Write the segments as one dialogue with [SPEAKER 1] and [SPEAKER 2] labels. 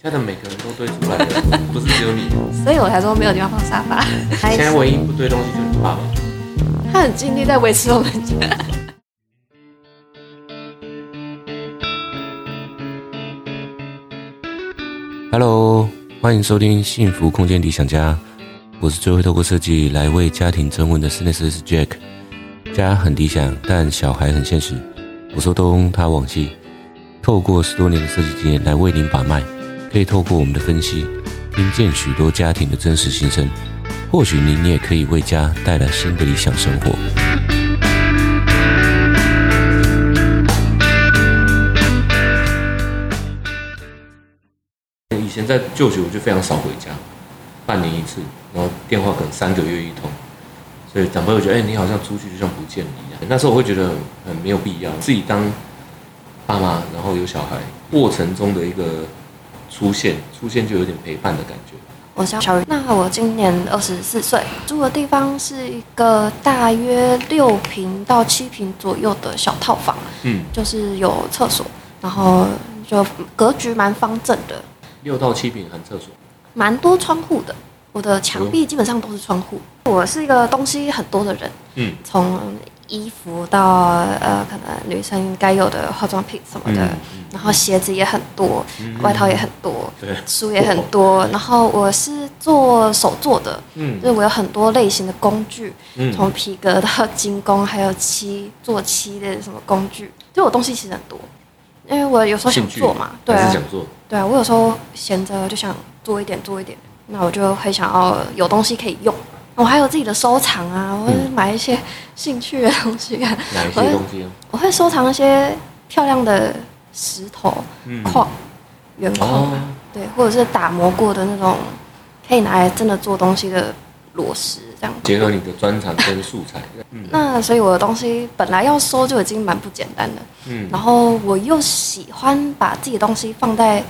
[SPEAKER 1] 现在的每个人都堆出来的，不是只有你。
[SPEAKER 2] 所以我才说没有地方放沙发。
[SPEAKER 1] 现在唯一不堆东西就是你爸爸。
[SPEAKER 2] 他很尽力在维持我们家。
[SPEAKER 3] Hello，欢迎收听《幸福空间理想家》，我是最会透过设计来为家庭升温的室内设计师 Jack。家很理想，但小孩很现实。我说东，他往西，透过十多年的设计经验来为您把脉，可以透过我们的分析，听见许多家庭的真实心声。或许您也可以为家带来新的理想生活。
[SPEAKER 1] 以前在旧学我就非常少回家，半年一次，然后电话可能三个月一通，所以长辈会觉得，哎、你好像出去就像不见了一样。那时候我会觉得很很没有必要，自己当爸妈，然后有小孩过程中的一个出现，出现就有点陪伴的感觉。
[SPEAKER 2] 我叫小雨，那我今年二十四岁，住的地方是一个大约六平到七平左右的小套房，
[SPEAKER 1] 嗯，
[SPEAKER 2] 就是有厕所，然后就格局蛮方正的，
[SPEAKER 1] 六到七平含厕所，
[SPEAKER 2] 蛮多窗户的。我的墙壁基本上都是窗户。我是一个东西很多的人，
[SPEAKER 1] 嗯，
[SPEAKER 2] 从衣服到呃，可能女生该有的化妆品什么的，
[SPEAKER 1] 嗯嗯
[SPEAKER 2] 然后鞋子也很多，外套也很多，
[SPEAKER 1] 对，
[SPEAKER 2] 书也很多。然后我是做手做的，
[SPEAKER 1] 嗯
[SPEAKER 2] 就是我有很多类型的工具，
[SPEAKER 1] 嗯
[SPEAKER 2] 从皮革到精工，还有漆做漆的什么工具，就我东西其实很多。因为我有时候想
[SPEAKER 1] 兴趣
[SPEAKER 2] 做嘛，对
[SPEAKER 1] 还
[SPEAKER 2] 啊
[SPEAKER 1] 是，想做，
[SPEAKER 2] 对啊，我有时候闲着就想做一点做一点，那我就会想要有东西可以用。我还有自己的收藏啊，
[SPEAKER 1] 嗯
[SPEAKER 2] 我会买一些兴趣的东西啊，
[SPEAKER 1] 哪一些东西啊？
[SPEAKER 2] 我会收藏一些漂亮的石头、
[SPEAKER 1] 嗯
[SPEAKER 2] 矿、原矿啊，
[SPEAKER 1] 哦，
[SPEAKER 2] 对，或者是打磨过的那种可以拿来真的做东西的裸石这样。
[SPEAKER 1] 结合你的专长跟素材，嗯
[SPEAKER 2] 那所以我的东西本来要收就已经蛮不简单的，
[SPEAKER 1] 嗯
[SPEAKER 2] 然后我又喜欢把自己的东西放在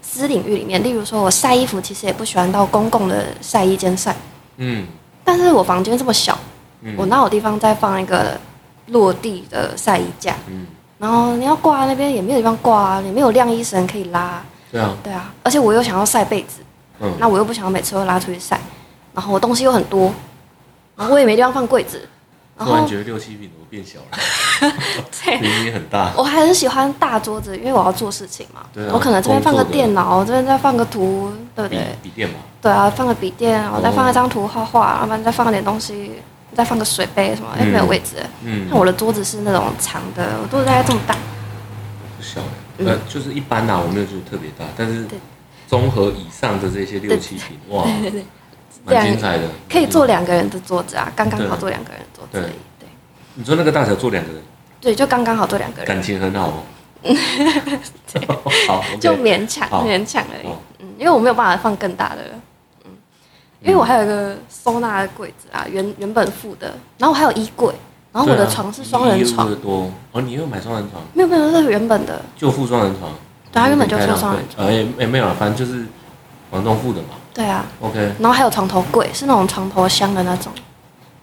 [SPEAKER 2] 私领域里面，例如说我晒衣服，其实也不喜欢到公共的晒衣间晒，
[SPEAKER 1] 嗯
[SPEAKER 2] 但是我房间这么小，
[SPEAKER 1] 嗯，
[SPEAKER 2] 我哪有地方再放一个落地的晒衣架？
[SPEAKER 1] 嗯，
[SPEAKER 2] 然后你要挂在那边也没有地方挂啊，也没有晾衣绳可以拉，
[SPEAKER 1] 对啊，
[SPEAKER 2] 对啊，而且我又想要晒被子，
[SPEAKER 1] 嗯，
[SPEAKER 2] 那我又不想要每次都拉出去晒，然后我东西又很多，然后我也没地方放柜子，然
[SPEAKER 1] 突然
[SPEAKER 2] 后
[SPEAKER 1] 觉得六七平怎么变小了？
[SPEAKER 2] 对
[SPEAKER 1] 明明很大，
[SPEAKER 2] 我还是喜欢大桌子，因为我要做事情嘛。
[SPEAKER 1] 对啊
[SPEAKER 2] 我可能这边放个
[SPEAKER 1] 工作的
[SPEAKER 2] 电脑，这边再放个图，对不
[SPEAKER 1] 笔
[SPEAKER 2] 对？
[SPEAKER 1] 笔电嘛，
[SPEAKER 2] 对啊，放个笔电，然后再
[SPEAKER 1] 哦
[SPEAKER 2] 放一张图画画，要不然再放点东西，再放个水杯什么，哎、
[SPEAKER 1] 嗯
[SPEAKER 2] 没有位置了。
[SPEAKER 1] 嗯
[SPEAKER 2] 那、，我的桌子是那种长的，我桌子大概这么大，
[SPEAKER 1] 不小了，
[SPEAKER 2] 嗯
[SPEAKER 1] 呃，就是一般啦，我没有觉得特别大，但是
[SPEAKER 2] 对
[SPEAKER 1] 综合以上的这些六七平，哇，
[SPEAKER 2] 这样
[SPEAKER 1] 蛮精彩的，嗯
[SPEAKER 2] 可以坐两个人的桌子啊，刚刚好
[SPEAKER 1] 对
[SPEAKER 2] 坐两个人的桌子而已。对，
[SPEAKER 1] 你说那个大小坐两个人，
[SPEAKER 2] 对，就刚刚好坐两个人，
[SPEAKER 1] 感情很好 哦。 好，OK，
[SPEAKER 2] 就勉强
[SPEAKER 1] 好
[SPEAKER 2] 勉强而已
[SPEAKER 1] 好。
[SPEAKER 2] 嗯，因为我没有办法放更大的了。嗯，因为我还有一个收纳的柜子啊，原原本附的，然后我还有衣柜，然后我的
[SPEAKER 1] 对啊
[SPEAKER 2] 床是双人床
[SPEAKER 1] 一，多哦，你又买双人床，
[SPEAKER 2] 没有没有，是原本的，
[SPEAKER 1] 就附双人床，
[SPEAKER 2] 对啊原本就
[SPEAKER 1] 太浪
[SPEAKER 2] 附双人
[SPEAKER 1] 费，呃，也也没有啊，反正就是房东付的嘛
[SPEAKER 2] 对啊。
[SPEAKER 1] ，OK，
[SPEAKER 2] 然后还有床头柜，是那种床头箱的那种，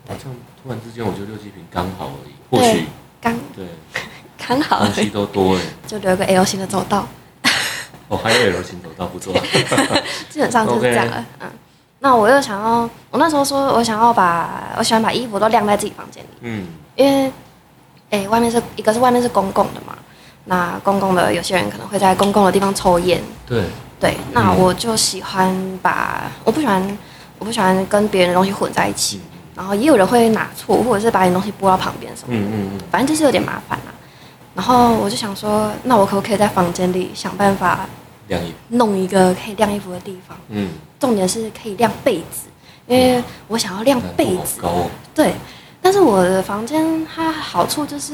[SPEAKER 1] 好像突然之间我觉得六七平刚好而已，或许
[SPEAKER 2] 刚
[SPEAKER 1] 对，
[SPEAKER 2] 刚好
[SPEAKER 1] 东西都多哎，
[SPEAKER 2] 就留一个 L 型的走道，
[SPEAKER 1] 哦，还有 L 型走道不错，啊
[SPEAKER 2] 基本上就是这样了。嗯，那我又想要，我那时候说我想要把我喜欢把衣服都晾在自己房间里，
[SPEAKER 1] 嗯，
[SPEAKER 2] 因为，哎、外面是一个是外面是公共的嘛，那公共的有些人可能会在公共的地方抽烟，
[SPEAKER 1] 对，
[SPEAKER 2] 对，那
[SPEAKER 1] 嗯
[SPEAKER 2] 我就喜欢把，我不喜欢我不喜欢跟别人的东西混在一起，然后也有人会拿错，或者是把你东西拨到旁边什么的。
[SPEAKER 1] 嗯嗯嗯。
[SPEAKER 2] 反正就是有点麻烦啦、然后我就想说，那我可不可以在房间里想办法
[SPEAKER 1] 晾衣服，
[SPEAKER 2] 弄一个可以晾衣服的地方？
[SPEAKER 1] 嗯，
[SPEAKER 2] 重点是可以晾被子，因为我想要晾
[SPEAKER 1] 难
[SPEAKER 2] 被
[SPEAKER 1] 度好
[SPEAKER 2] 子
[SPEAKER 1] 高。哦，
[SPEAKER 2] 对，但是我的房间它好处就是，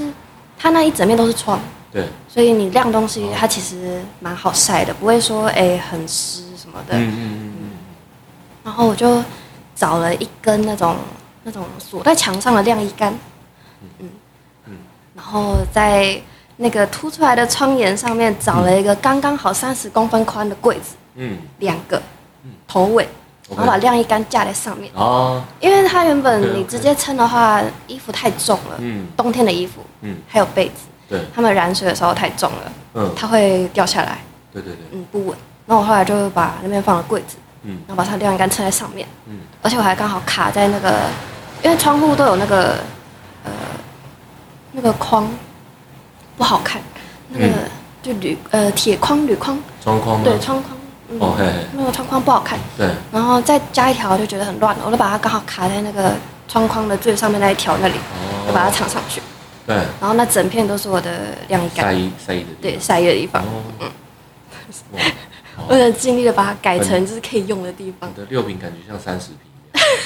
[SPEAKER 2] 它那一整面都是窗，
[SPEAKER 1] 对，
[SPEAKER 2] 所以你晾东西
[SPEAKER 1] 哦
[SPEAKER 2] 它其实蛮好晒的，不会说哎很湿什么的。
[SPEAKER 1] 嗯嗯嗯
[SPEAKER 2] 然后我就找了一根那种那种锁在墙上的晾衣杆，嗯
[SPEAKER 1] 嗯
[SPEAKER 2] 然后在那个凸出来的窗沿上面找了一个刚刚好三十公分宽的柜子，
[SPEAKER 1] 嗯
[SPEAKER 2] 两个
[SPEAKER 1] 嗯
[SPEAKER 2] 头尾，
[SPEAKER 1] OK
[SPEAKER 2] 然后把晾衣杆架在上面，
[SPEAKER 1] 嗯，啊，
[SPEAKER 2] 因为它原本
[SPEAKER 1] OK，OK
[SPEAKER 2] 你直接撑的话，衣服太重了，
[SPEAKER 1] 嗯
[SPEAKER 2] 冬天的衣服
[SPEAKER 1] 嗯，
[SPEAKER 2] 还有被子，
[SPEAKER 1] 对，
[SPEAKER 2] 它们染水的时候太重了，
[SPEAKER 1] 嗯，
[SPEAKER 2] 它会掉下来，
[SPEAKER 1] 对对对，
[SPEAKER 2] 嗯，不稳。然后我后来就把那边放了柜子，
[SPEAKER 1] 嗯
[SPEAKER 2] 然后把它晾干撑在上面，
[SPEAKER 1] 嗯
[SPEAKER 2] 而且我还刚好卡在那个，因为窗户都有那个呃那个框，不好看，那个、
[SPEAKER 1] 嗯
[SPEAKER 2] 就铝呃铁框铝框，
[SPEAKER 1] 窗框吗？
[SPEAKER 2] 对窗框，嗯
[SPEAKER 1] 哦嘿嘿
[SPEAKER 2] 那个窗框不好看，
[SPEAKER 1] 对，
[SPEAKER 2] 然后再加一条我就觉得很乱了，我就把它刚好卡在那个窗框的最上面那一条那里，就把它
[SPEAKER 1] 哦，
[SPEAKER 2] 藏上去，
[SPEAKER 1] 对，
[SPEAKER 2] 然后那整片都是我的晾衣
[SPEAKER 1] 晒
[SPEAKER 2] 杆，
[SPEAKER 1] 衣晒衣的地方
[SPEAKER 2] 对晒衣的地方。
[SPEAKER 1] 哦，哇，好
[SPEAKER 2] 我想尽力的把它改成就是可以用的地方
[SPEAKER 1] 你。的六瓶感觉像三十瓶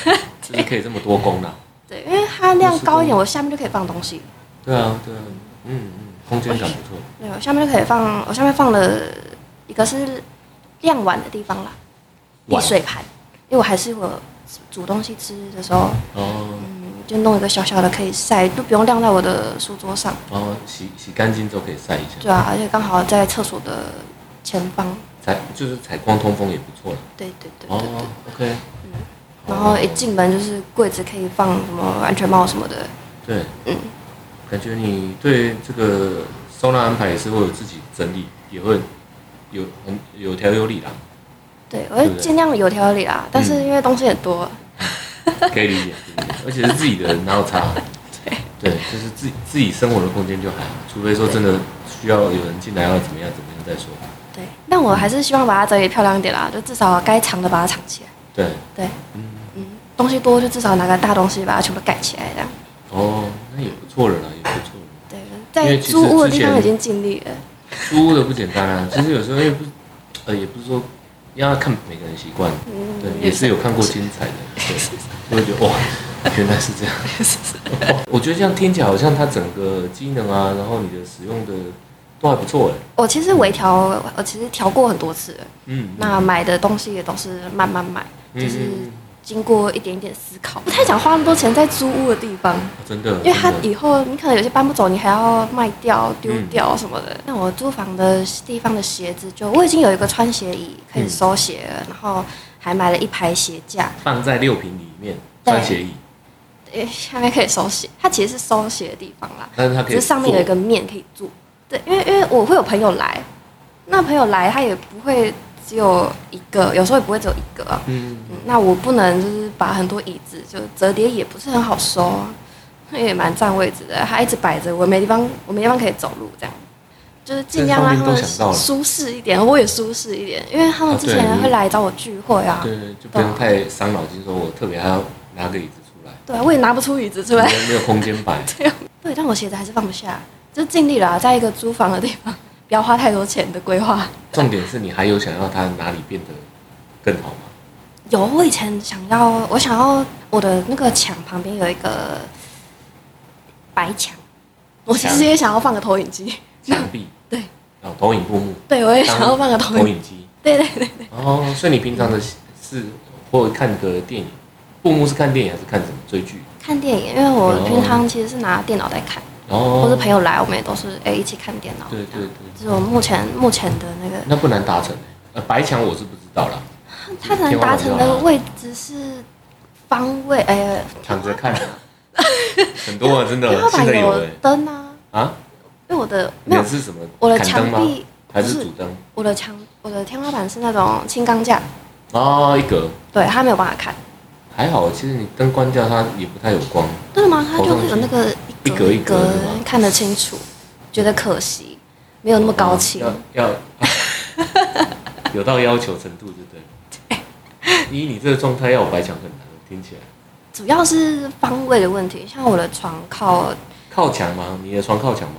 [SPEAKER 1] 一样， 就是可以这么多功能。
[SPEAKER 2] 对，因为它那样高一点，我下面就可以放东西。
[SPEAKER 1] 对啊，对啊，嗯嗯，空间感不错。
[SPEAKER 2] 对，我下面就可以放，我下面放了一个是晾碗的地方啦，沥
[SPEAKER 1] 碗
[SPEAKER 2] 水盘，因为我还是我煮东西吃的时候，
[SPEAKER 1] 哦
[SPEAKER 2] 嗯，就弄一个小小的可以晒，就不用晾在我的书桌上。
[SPEAKER 1] 哦，洗洗干净之后可以晒一下，
[SPEAKER 2] 对啊，而且刚好在厕所的前方。
[SPEAKER 1] 采就是采光通风也不错了。
[SPEAKER 2] 对对对对对
[SPEAKER 1] 哦。，OK，哦
[SPEAKER 2] 然后一进门就是柜子可以放什么安全帽什么的。
[SPEAKER 1] 对，
[SPEAKER 2] 嗯，
[SPEAKER 1] 感觉你对这个收纳安排也是会有自己整理，也会有很有条有理啦，
[SPEAKER 2] 对，我会
[SPEAKER 1] 对
[SPEAKER 2] 尽量有条理啦，但
[SPEAKER 1] 嗯
[SPEAKER 2] 是因为东西很多。
[SPEAKER 1] 可以理解，对不对而且是自己的，哪有 差？啊对，就是自己自己生活的空间就还好，除非说真的需要有人进来要怎么样怎么样再说。
[SPEAKER 2] 对，但我还是希望把它整理漂亮一点啦，就至少该藏的把它藏起来。
[SPEAKER 1] 对，
[SPEAKER 2] 对，
[SPEAKER 1] 嗯，
[SPEAKER 2] 嗯，东西多就至少拿个大东西把它全部盖起来，这样。
[SPEAKER 1] 哦，那也不错了啦，也不错了。
[SPEAKER 2] 对，
[SPEAKER 1] 因
[SPEAKER 2] 在
[SPEAKER 1] 为其实
[SPEAKER 2] 租屋的地
[SPEAKER 1] 之
[SPEAKER 2] 方
[SPEAKER 1] 前
[SPEAKER 2] 已经尽力了。
[SPEAKER 1] 租屋的不简单啊，其实有时候也不是，呃，也不是说要看每个人习惯，
[SPEAKER 2] 嗯
[SPEAKER 1] 对，也是有看过精彩的，对，我会觉得哇，原来是这 样。哦我觉得这样听起来好像它整个机能啊，然后你的使用的都还不错哎。
[SPEAKER 2] 我其实微调，我其实调过很多次了，
[SPEAKER 1] 嗯，
[SPEAKER 2] 那买的东西也都是慢慢买，
[SPEAKER 1] 嗯
[SPEAKER 2] 就是
[SPEAKER 1] 嗯嗯
[SPEAKER 2] 经过一点一点思考，不太想花那么多钱在租屋的地方，
[SPEAKER 1] 真的，
[SPEAKER 2] 因为它
[SPEAKER 1] 真的
[SPEAKER 2] 以后你可能有些搬不走，你还要卖掉、丢掉什么的。那我租房的地方的鞋子就，我已经有一个穿鞋椅可以收鞋了，然后还买了一排鞋架，
[SPEAKER 1] 放在六瓶里面
[SPEAKER 2] 对
[SPEAKER 1] 穿鞋椅，
[SPEAKER 2] 诶，下面可以收鞋，它其实是收鞋的地方啦，
[SPEAKER 1] 但是它可
[SPEAKER 2] 只
[SPEAKER 1] 以
[SPEAKER 2] 是上面
[SPEAKER 1] 坐
[SPEAKER 2] 有一个面可以坐。对，因为因为我会有朋友来，那朋友来他也不会只有一个，有时候也不会只有一个啊、
[SPEAKER 1] 嗯，
[SPEAKER 2] 嗯那我不能就是把很多椅子就折叠，也不是很好收啊，也蛮占位置的。它一直摆着，我没地方，我没地方可以走路，这样就是尽量让他
[SPEAKER 1] 这方面都想到
[SPEAKER 2] 们
[SPEAKER 1] 了
[SPEAKER 2] 舒适一点，我也舒适一点，因为他们之
[SPEAKER 1] 啊对
[SPEAKER 2] 前
[SPEAKER 1] 你
[SPEAKER 2] 会来找我聚会啊，
[SPEAKER 1] 对，就不用太伤脑筋，说我特别还要拿个椅子出来，
[SPEAKER 2] 对啊，我也拿不出椅子出来，
[SPEAKER 1] 没有空间摆。
[SPEAKER 2] 对，但我鞋子还是放不下，就尽力了、啊，在一个租房的地方，不要花太多钱的规划。
[SPEAKER 1] 重点是你还有想要它哪里变得更好吗？
[SPEAKER 2] 有，我以前想要，我想要我的那个墙旁边有一个白墙，我其实也想要放个投影机，
[SPEAKER 1] 墙壁，
[SPEAKER 2] 嗯对，
[SPEAKER 1] 然后投影布幕，
[SPEAKER 2] 对我也想要放个投
[SPEAKER 1] 投
[SPEAKER 2] 影，
[SPEAKER 1] 影机。
[SPEAKER 2] 对对对，
[SPEAKER 1] 哦，所以你平常的是或看个电影，布幕是看电影还是看什么追剧？
[SPEAKER 2] 看电影，因为我平常其实是拿电脑在看，
[SPEAKER 1] 哦，
[SPEAKER 2] 或是朋友来，我们也都是哎、一起看电脑，
[SPEAKER 1] 对对对，
[SPEAKER 2] 这是我目前目前的那个，
[SPEAKER 1] 那不难达成欸呃，白墙我是不知道啦，
[SPEAKER 2] 它能达成的位置是方位，哎、
[SPEAKER 1] 躺着看，啊 很多啊，真
[SPEAKER 2] 天花
[SPEAKER 1] 的，现在
[SPEAKER 2] 板
[SPEAKER 1] 有
[SPEAKER 2] 有
[SPEAKER 1] 哎
[SPEAKER 2] 灯啊，
[SPEAKER 1] 啊，
[SPEAKER 2] 因为我的
[SPEAKER 1] 你
[SPEAKER 2] 没有
[SPEAKER 1] 的是什么？
[SPEAKER 2] 我的
[SPEAKER 1] 砍
[SPEAKER 2] 墙
[SPEAKER 1] 灯吗？
[SPEAKER 2] 壁，
[SPEAKER 1] 还
[SPEAKER 2] 不
[SPEAKER 1] 是
[SPEAKER 2] 是
[SPEAKER 1] 主灯？
[SPEAKER 2] 我的墙，我的天花板是那种轻钢架，
[SPEAKER 1] 哦，一格
[SPEAKER 2] 对，它没有办法看。
[SPEAKER 1] 还好，其实你灯关掉它也不太有光，
[SPEAKER 2] 真的吗？它就会有那个一格
[SPEAKER 1] 一格一格的吗
[SPEAKER 2] 看得清楚，觉得可惜，没有那么高清。
[SPEAKER 1] 嗯要 要有到要求程度就对了。 以你这个状态要有白墙很难，听起来。
[SPEAKER 2] 主要是方位的问题，像我的床靠，
[SPEAKER 1] 靠墙吗？你的床靠墙吗？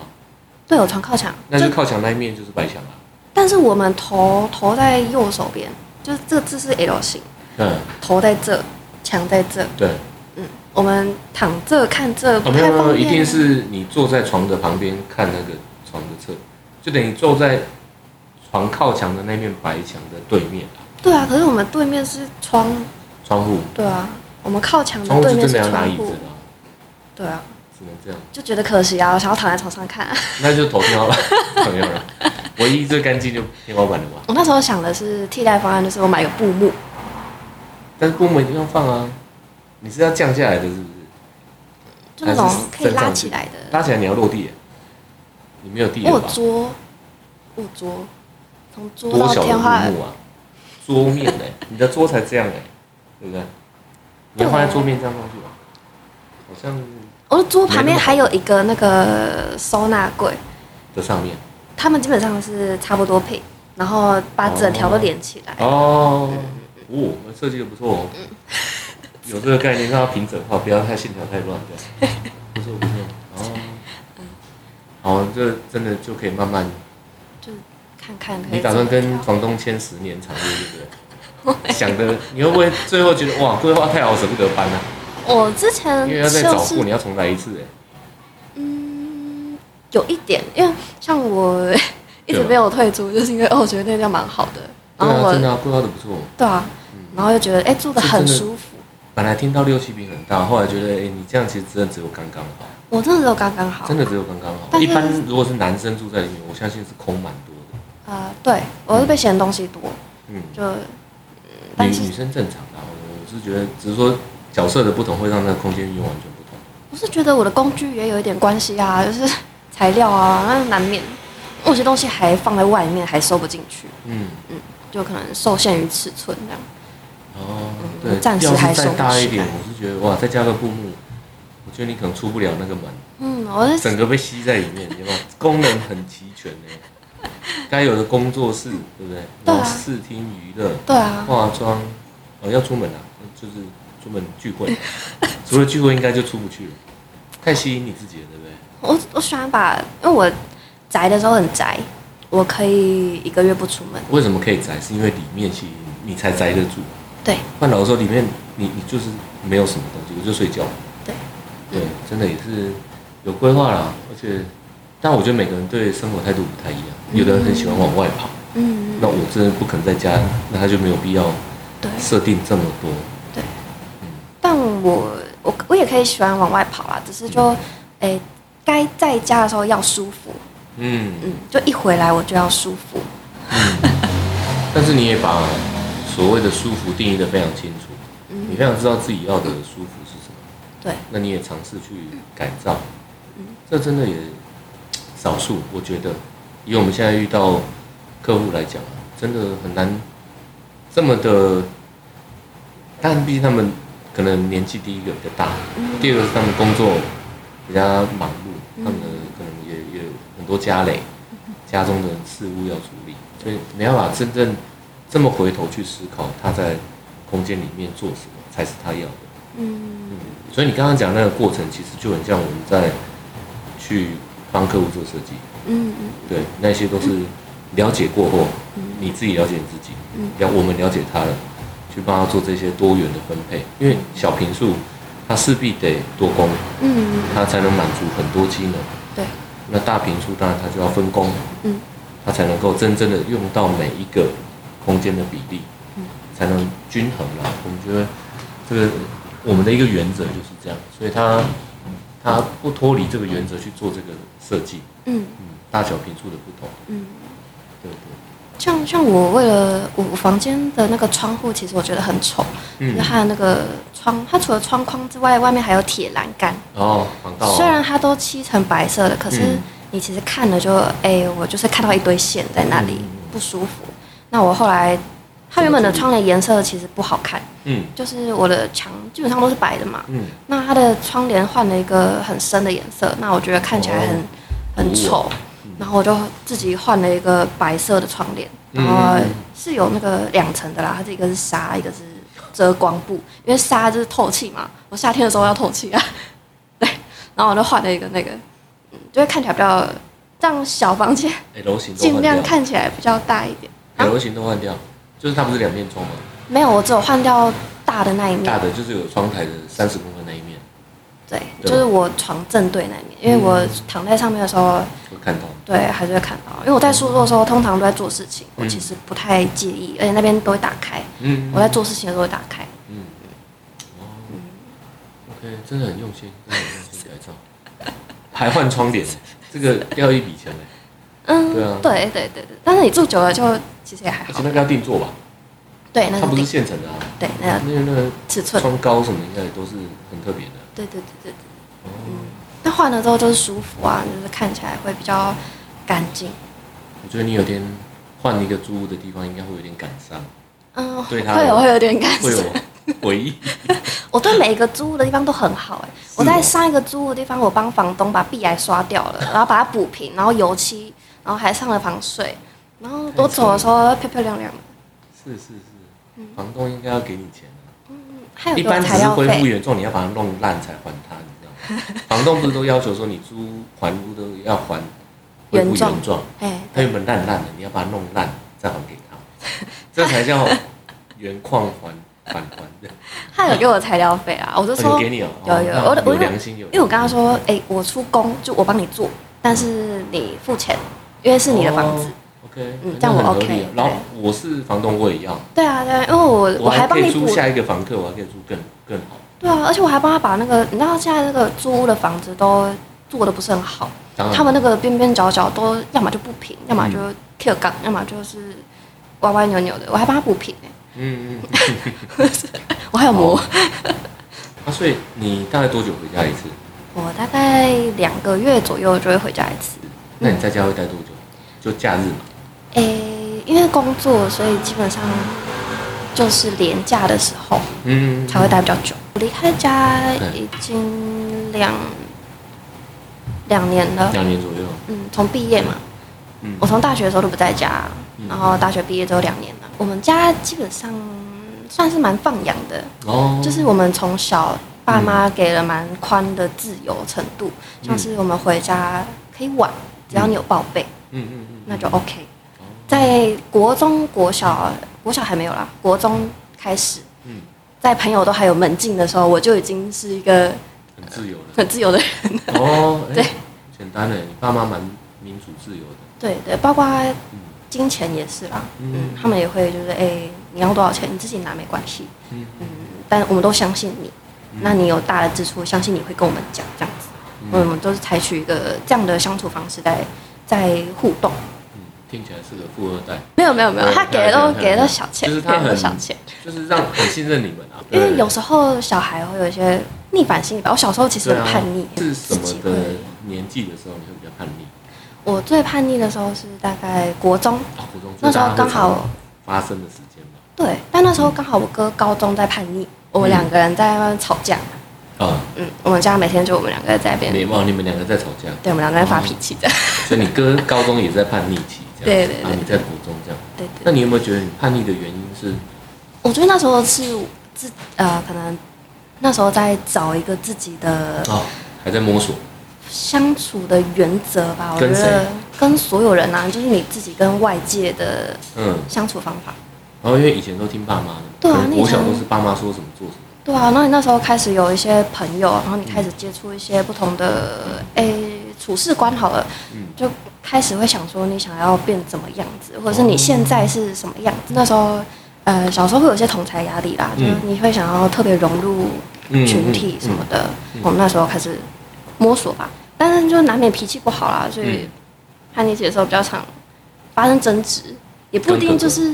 [SPEAKER 2] 对我床靠墙，
[SPEAKER 1] 那就靠墙那一面就是白墙啊。
[SPEAKER 2] 但是我们头头在右手边，就是这个字是 L 型，
[SPEAKER 1] 嗯，
[SPEAKER 2] 头在这，墙在这，
[SPEAKER 1] 对。
[SPEAKER 2] 嗯，我们躺这看这
[SPEAKER 1] 哦，
[SPEAKER 2] 不
[SPEAKER 1] 没有
[SPEAKER 2] 太
[SPEAKER 1] 没
[SPEAKER 2] 方
[SPEAKER 1] 有，
[SPEAKER 2] 便。
[SPEAKER 1] 一定是你坐在床的旁边看那个床的侧，就等于坐在床靠墙的那面白墙的对面啊，
[SPEAKER 2] 对啊，可是我们对面是窗，
[SPEAKER 1] 窗户，
[SPEAKER 2] 对啊，我们靠墙
[SPEAKER 1] 窗
[SPEAKER 2] 的
[SPEAKER 1] 户
[SPEAKER 2] 对
[SPEAKER 1] 是
[SPEAKER 2] 面
[SPEAKER 1] 真
[SPEAKER 2] 是
[SPEAKER 1] 的要拿
[SPEAKER 2] 窗
[SPEAKER 1] 椅子
[SPEAKER 2] 户，
[SPEAKER 1] 的啊，
[SPEAKER 2] 对啊，
[SPEAKER 1] 只能这样，
[SPEAKER 2] 就觉得可惜啊，我想要躺在床上看、
[SPEAKER 1] 那就投 票了，投票了。唯一最干净就天花板了吧？
[SPEAKER 2] 我那时候想的是替代方案，就是我买个布幕，
[SPEAKER 1] 但是布幕一定要放啊，你是要降下来的，是不是？
[SPEAKER 2] 就那种可以拉起来的。
[SPEAKER 1] 拉起来你要落地耶，你没有地
[SPEAKER 2] 我
[SPEAKER 1] 了
[SPEAKER 2] 有
[SPEAKER 1] 吧？
[SPEAKER 2] 桌，我有桌，从桌
[SPEAKER 1] 多
[SPEAKER 2] 到
[SPEAKER 1] 小的
[SPEAKER 2] 天花
[SPEAKER 1] 屏幕啊，桌面哎、你的桌才这样哎、对不对？你要放
[SPEAKER 2] 啊
[SPEAKER 1] 在桌面这样上去吧，好像
[SPEAKER 2] 我的哦桌旁边还有一个那个收纳柜，
[SPEAKER 1] 的上面
[SPEAKER 2] 他们基本上是差不多配，然后把整条都连起来。
[SPEAKER 1] 哦，哦，设计的不错哦，有这个概念，让它平整化，不要太线条太乱，这样不错不错哦。好，这真的就可以慢慢。
[SPEAKER 2] 就看看可以。
[SPEAKER 1] 你打算跟房东签十年长约，对 不对？想的，你会不会最后觉得哇，规划太好，舍不得搬啊？
[SPEAKER 2] 我之前
[SPEAKER 1] 因为
[SPEAKER 2] 就
[SPEAKER 1] 要再找户，
[SPEAKER 2] 是
[SPEAKER 1] 你要重来一次哎。
[SPEAKER 2] 嗯，有一点，因为 像我一直
[SPEAKER 1] 对啊
[SPEAKER 2] 没有退租，就是因为哦，我觉得那家蛮好的，然后
[SPEAKER 1] 对啊，
[SPEAKER 2] 哦我
[SPEAKER 1] 真的啊，规划的不错。
[SPEAKER 2] 对啊，然后就觉得哎住的很舒服，
[SPEAKER 1] 本来听到六七平很大，后来觉得，哎、你这样其实真的只有刚刚好，
[SPEAKER 2] 我真的就刚刚好，
[SPEAKER 1] 真的只有刚刚好。
[SPEAKER 2] 但
[SPEAKER 1] 一
[SPEAKER 2] 是
[SPEAKER 1] 般如果是男生住在里面，我相信是空蛮多的。
[SPEAKER 2] 呃，对我是被嫌东西多，
[SPEAKER 1] 嗯，
[SPEAKER 2] 就嗯
[SPEAKER 1] 女
[SPEAKER 2] 但是
[SPEAKER 1] 女生正常的，我我是觉得，只是说角色的不同会让那个空间运用完全不同。
[SPEAKER 2] 我是觉得我的工具也有一点关系啊， 就是材料啊，那难免我有些东西还放在外面还收不进去，
[SPEAKER 1] 嗯，
[SPEAKER 2] 就可能受限于尺寸这样。
[SPEAKER 1] 哦，
[SPEAKER 2] 嗯
[SPEAKER 1] 对，
[SPEAKER 2] 暂时
[SPEAKER 1] 要
[SPEAKER 2] 还
[SPEAKER 1] 是再
[SPEAKER 2] 收不啊
[SPEAKER 1] 大一
[SPEAKER 2] 起
[SPEAKER 1] 点
[SPEAKER 2] 来，
[SPEAKER 1] 我是觉得哇，再加个布幕，我觉得你可能出不了那个门，
[SPEAKER 2] 嗯，我是
[SPEAKER 1] 整个被吸在里面，有没有？功能很齐全呢，该有的工作室，对不对？
[SPEAKER 2] 对
[SPEAKER 1] 然
[SPEAKER 2] 啊
[SPEAKER 1] 后视听娱乐，
[SPEAKER 2] 对啊，
[SPEAKER 1] 化妆，哦，要出门啊，就是出门聚 会，除了聚会应该就出不去了，太吸引你自己了，对不对？
[SPEAKER 2] 我我喜欢把，因为我宅的时候很宅，我可以一个月不出门。
[SPEAKER 1] 为什么可以宅？是因为里面吸引你，你才宅得住。
[SPEAKER 2] 对，
[SPEAKER 1] 换老实说，里面你你就是没有什么东西，我就睡觉。
[SPEAKER 2] 对，
[SPEAKER 1] 对，真的也是有规划啦，而且，但我觉得每个人对生活态度不太一样，有的人很喜欢往外跑，
[SPEAKER 2] 嗯，
[SPEAKER 1] 那我真的不可能在家，那他就没有必要
[SPEAKER 2] 对。
[SPEAKER 1] 设定这么多。
[SPEAKER 2] 但我我我也可以喜欢往外跑啊啦，只是就，诶、该在家的时候要舒服，
[SPEAKER 1] 嗯
[SPEAKER 2] 嗯，就一回来我就要舒服。
[SPEAKER 1] 但是你也把所谓的舒服定义的非常清楚，你非常知道自己要的舒服是什么，
[SPEAKER 2] 对，
[SPEAKER 1] 那你也尝试去改造，这真的也少数，我觉得，以我们现在遇到客户来讲，真的很难这么的，但毕竟他们可能年纪第一个比较大，第二个是他们工作比较忙碌，他们的可能也也有很多家累，家中的事务要处理，所以没办法真正这么回头去思考他在空间里面做什么才是他要的。
[SPEAKER 2] 嗯，
[SPEAKER 1] 所以你刚刚讲那个过程，其实就很像我们在去帮客户做设计，
[SPEAKER 2] 嗯
[SPEAKER 1] 对，那些都是了解过后，你自己了解你自己，了我们了解他了，去帮他做这些多元的分配，因为小平数，它势必得多工，
[SPEAKER 2] 嗯嗯，
[SPEAKER 1] 它才能满足很多机能。
[SPEAKER 2] 对，
[SPEAKER 1] 那大平数当然它就要分工，
[SPEAKER 2] 嗯，
[SPEAKER 1] 它才能够真正的用到每一个空间的比例，
[SPEAKER 2] 嗯，
[SPEAKER 1] 才能均衡啦。我们觉得这个我们的一个原则就是这样，所以它它不脱离这个原则去做这个设计，
[SPEAKER 2] 嗯
[SPEAKER 1] 嗯，大小平数的不同，
[SPEAKER 2] 嗯。
[SPEAKER 1] 对不
[SPEAKER 2] 像像我为了我房间的那个窗户，其实我觉得很丑，
[SPEAKER 1] 对？
[SPEAKER 2] 就是，它的那个窗，它除了窗框之外，外面还有铁栏杆。
[SPEAKER 1] 哦，防盗啊，
[SPEAKER 2] 虽然它都漆成白色的，可是
[SPEAKER 1] 嗯
[SPEAKER 2] 你其实看了就，哎、我就是看到一堆线在那里
[SPEAKER 1] 嗯嗯，
[SPEAKER 2] 不舒服。那我后来，它原本的窗帘颜色其实不好看，
[SPEAKER 1] 嗯
[SPEAKER 2] 就是我的墙基本上都是白的嘛，
[SPEAKER 1] 嗯，
[SPEAKER 2] 那它的窗帘换了一个很深的颜色，那我觉得看起来很、
[SPEAKER 1] 哦
[SPEAKER 2] 很丑，然后我就自己换了一个白色的窗帘，
[SPEAKER 1] 嗯
[SPEAKER 2] 然后是有那个两层的啦，它这一个是纱，一个是遮光布，因为纱就是透气嘛，我夏天的时候要透气啊， 对，然后我就换了一个那个，嗯，就会看起来比较让小房间
[SPEAKER 1] 哎，楼型都
[SPEAKER 2] 尽
[SPEAKER 1] 换
[SPEAKER 2] 量
[SPEAKER 1] 掉，
[SPEAKER 2] 看起来比较大一点。
[SPEAKER 1] 哎楼型都换掉，就是它不是两面窗吗？
[SPEAKER 2] 没有，我只有换掉大的那一面
[SPEAKER 1] 大，的就是有窗台的三十公分那一面，
[SPEAKER 2] 对，
[SPEAKER 1] 对
[SPEAKER 2] 就是我床正对那一面，因为我躺在上面的时候。
[SPEAKER 1] 我看到，
[SPEAKER 2] 对，还是会看到，因为我在书桌的时候通常都在做事情，我
[SPEAKER 1] 嗯
[SPEAKER 2] 其实不太介意，而且那边都会打开，
[SPEAKER 1] 嗯
[SPEAKER 2] 我在做事情的时候会打开。
[SPEAKER 1] 嗯，哦，OK，真的很用心，真的很用心改造，还换窗 帘，这个要一笔钱嘞，
[SPEAKER 2] 嗯，
[SPEAKER 1] 对啊
[SPEAKER 2] 对对对对但是你住久了就其实也还
[SPEAKER 1] 而
[SPEAKER 2] 好
[SPEAKER 1] 且。那个要定做吧，
[SPEAKER 2] 对，那
[SPEAKER 1] 它不是
[SPEAKER 2] 是定
[SPEAKER 1] 现成的啊，
[SPEAKER 2] 对那个
[SPEAKER 1] 那个那个
[SPEAKER 2] 尺寸，
[SPEAKER 1] 窗高什么应该也都是很特别的，
[SPEAKER 2] 对对对对对。嗯
[SPEAKER 1] 哦，
[SPEAKER 2] 那换了之后就是舒服啊，就是看起来会比较干净。
[SPEAKER 1] 我觉得你有点换一个租屋的地方，应该会有点感伤，
[SPEAKER 2] 嗯，
[SPEAKER 1] 对他
[SPEAKER 2] 会有会有点感
[SPEAKER 1] 会
[SPEAKER 2] 受。
[SPEAKER 1] 有回 忆。
[SPEAKER 2] 我对每一个租屋的地方都很好哎、我在上一个租屋的地方，我帮房东把壁癌刷掉 了，然后把它补平，然后油漆，然后还上了防水，然后我走的时候漂漂亮亮的，
[SPEAKER 1] 是是是，
[SPEAKER 2] 嗯
[SPEAKER 1] 房东应该要给你钱啊、
[SPEAKER 2] 还有
[SPEAKER 1] 一
[SPEAKER 2] 给
[SPEAKER 1] 般
[SPEAKER 2] 我
[SPEAKER 1] 只
[SPEAKER 2] 材
[SPEAKER 1] 是
[SPEAKER 2] 料
[SPEAKER 1] 恢复
[SPEAKER 2] 费。
[SPEAKER 1] 原状，你要把它弄烂才还他，你知道 吗？房东不是都要求说你租还屋都要还恢复
[SPEAKER 2] 原状
[SPEAKER 1] 原状，
[SPEAKER 2] 哎，
[SPEAKER 1] 他原本烂烂的，你要把它弄烂再还给他， 这才叫原矿还返还的。
[SPEAKER 2] 他有给我材料费啊，我就
[SPEAKER 1] 哦有
[SPEAKER 2] 说，
[SPEAKER 1] 给你哦，
[SPEAKER 2] 有
[SPEAKER 1] 哦
[SPEAKER 2] 有
[SPEAKER 1] 那
[SPEAKER 2] 我的我
[SPEAKER 1] 有
[SPEAKER 2] 的
[SPEAKER 1] 良心有，
[SPEAKER 2] 因为我跟他说，哎、我出工就我帮你做，但是你付钱，因为是你的房子。
[SPEAKER 1] 哦。OK，
[SPEAKER 2] 嗯
[SPEAKER 1] 那
[SPEAKER 2] 这样我
[SPEAKER 1] 很合理啊
[SPEAKER 2] OK，
[SPEAKER 1] 然后
[SPEAKER 2] 对
[SPEAKER 1] 我是房东，我也要，
[SPEAKER 2] 对啊，对啊，因为我我还
[SPEAKER 1] 还可
[SPEAKER 2] 帮你
[SPEAKER 1] 以
[SPEAKER 2] 补
[SPEAKER 1] 租，下一个房客，我还可以租更更好。
[SPEAKER 2] 对啊，而且我还帮他把那个，你知道现在那个租屋的房子都做的不是很好，
[SPEAKER 1] 当然
[SPEAKER 2] 他们那个边边角角都要么就不平，要么就
[SPEAKER 1] 嗯
[SPEAKER 2] Q 杠，要么就是歪歪扭扭的，我还帮他补平哎、
[SPEAKER 1] 嗯嗯嗯。
[SPEAKER 2] 我还有磨，
[SPEAKER 1] 哦啊，所以你大概多久回家一次？
[SPEAKER 2] 我大概两个月左右就会回家一次，
[SPEAKER 1] 那你在家会待多久？就假日嘛。
[SPEAKER 2] 诶、因为工作，所以基本上就是连假的时候
[SPEAKER 1] 嗯，
[SPEAKER 2] 才会待比较久。我离开家
[SPEAKER 1] 对
[SPEAKER 2] 已经两两年了，
[SPEAKER 1] 两年左右。
[SPEAKER 2] 嗯，从毕业嘛，
[SPEAKER 1] 嗯
[SPEAKER 2] 我从大学的时候都不在家
[SPEAKER 1] 嗯，
[SPEAKER 2] 然后大学毕业之后两年了。我们家基本上算是蛮放养的，
[SPEAKER 1] 哦，
[SPEAKER 2] 就是我们从小爸妈给了蛮宽的自由程度，
[SPEAKER 1] 嗯
[SPEAKER 2] 像是我们回家可以玩，只要你有报备，
[SPEAKER 1] 嗯嗯嗯，
[SPEAKER 2] 那就 OK。在国中、国小、国小还没有啦，国中开始，
[SPEAKER 1] 嗯，
[SPEAKER 2] 在朋友都还有门禁的时候，我就已经是一个
[SPEAKER 1] 很自由了。
[SPEAKER 2] 很 自由的人了。
[SPEAKER 1] 哦，哎
[SPEAKER 2] 对，
[SPEAKER 1] 简单嘞，你爸妈蛮民主自由的。
[SPEAKER 2] 对对，包括
[SPEAKER 1] 嗯
[SPEAKER 2] 金钱也是啦，
[SPEAKER 1] 嗯
[SPEAKER 2] 嗯，他们也会就是哎、你要多少钱你自己拿没关系，
[SPEAKER 1] 嗯
[SPEAKER 2] 嗯，但我们都相信你，
[SPEAKER 1] 嗯
[SPEAKER 2] 那你有大的支出，相信你会跟我们讲这样子，我
[SPEAKER 1] 嗯
[SPEAKER 2] 们都是采取一个这样的相处方式在在互动。
[SPEAKER 1] 嗯，听起来是个富二代，
[SPEAKER 2] 没有没有没有，
[SPEAKER 1] 对
[SPEAKER 2] 他给
[SPEAKER 1] 了解了
[SPEAKER 2] 都
[SPEAKER 1] 解
[SPEAKER 2] 给了小钱，
[SPEAKER 1] 就是
[SPEAKER 2] 给
[SPEAKER 1] 他很
[SPEAKER 2] 了小钱，
[SPEAKER 1] 就是让很信任你们啊。
[SPEAKER 2] 因为
[SPEAKER 1] 对
[SPEAKER 2] 有时候小孩会有一些逆反心理吧。我小时候其实
[SPEAKER 1] 对
[SPEAKER 2] 很
[SPEAKER 1] 啊
[SPEAKER 2] 叛逆，
[SPEAKER 1] 是什
[SPEAKER 2] 自
[SPEAKER 1] 么
[SPEAKER 2] 己会
[SPEAKER 1] 的年纪的时候你会比较叛逆？
[SPEAKER 2] 我最叛逆的时候是大概国中，
[SPEAKER 1] 啊，国中
[SPEAKER 2] 那时候刚
[SPEAKER 1] 就是大家
[SPEAKER 2] 好
[SPEAKER 1] 会发生的时间嘛。
[SPEAKER 2] 对，但那时候刚好我哥高中在叛逆，我们
[SPEAKER 1] 嗯
[SPEAKER 2] 两个人在外面吵架，
[SPEAKER 1] 啊，
[SPEAKER 2] 嗯，我们家每天就我们两个在那边，
[SPEAKER 1] 没忘你们两个在吵架，
[SPEAKER 2] 对，我们两个在发脾气的，
[SPEAKER 1] 所以你哥高中也在叛逆期，这样。啊
[SPEAKER 2] 对对对
[SPEAKER 1] 然后你在国中这样，
[SPEAKER 2] 对
[SPEAKER 1] 那
[SPEAKER 2] 对。
[SPEAKER 1] 你有没有觉得你叛逆的原因是？
[SPEAKER 2] 我觉得那时候是自呃，可能那时候在找一个自己的
[SPEAKER 1] 哦，还在摸索。
[SPEAKER 2] 相处的原则吧。我觉
[SPEAKER 1] 跟谁
[SPEAKER 2] 得跟所有人啊，就是你自己跟外界的
[SPEAKER 1] 嗯，
[SPEAKER 2] 相处方法。
[SPEAKER 1] 然后因为以前都听爸妈的，
[SPEAKER 2] 对啊
[SPEAKER 1] 可能
[SPEAKER 2] 那
[SPEAKER 1] 国
[SPEAKER 2] 以前
[SPEAKER 1] 小都是爸妈说什么做什么。
[SPEAKER 2] 对啊，那你那时候开始有一些朋友，然后你开始接触一些不同的诶、处事观，好了，
[SPEAKER 1] 嗯
[SPEAKER 2] 就开始会想说你想要变怎么样子，或者是你现在是什么样子。那时候，呃，小时候会有一些同才压力啦，
[SPEAKER 1] 哦嗯
[SPEAKER 2] 就是你会想要特别融入
[SPEAKER 1] 嗯
[SPEAKER 2] 群体什么的。
[SPEAKER 1] 嗯
[SPEAKER 2] 我们那时候开始摸索吧，但是就难免脾气不好啦，所以
[SPEAKER 1] 嗯
[SPEAKER 2] 叛逆期的时候比较常发生争执，也不一定就是，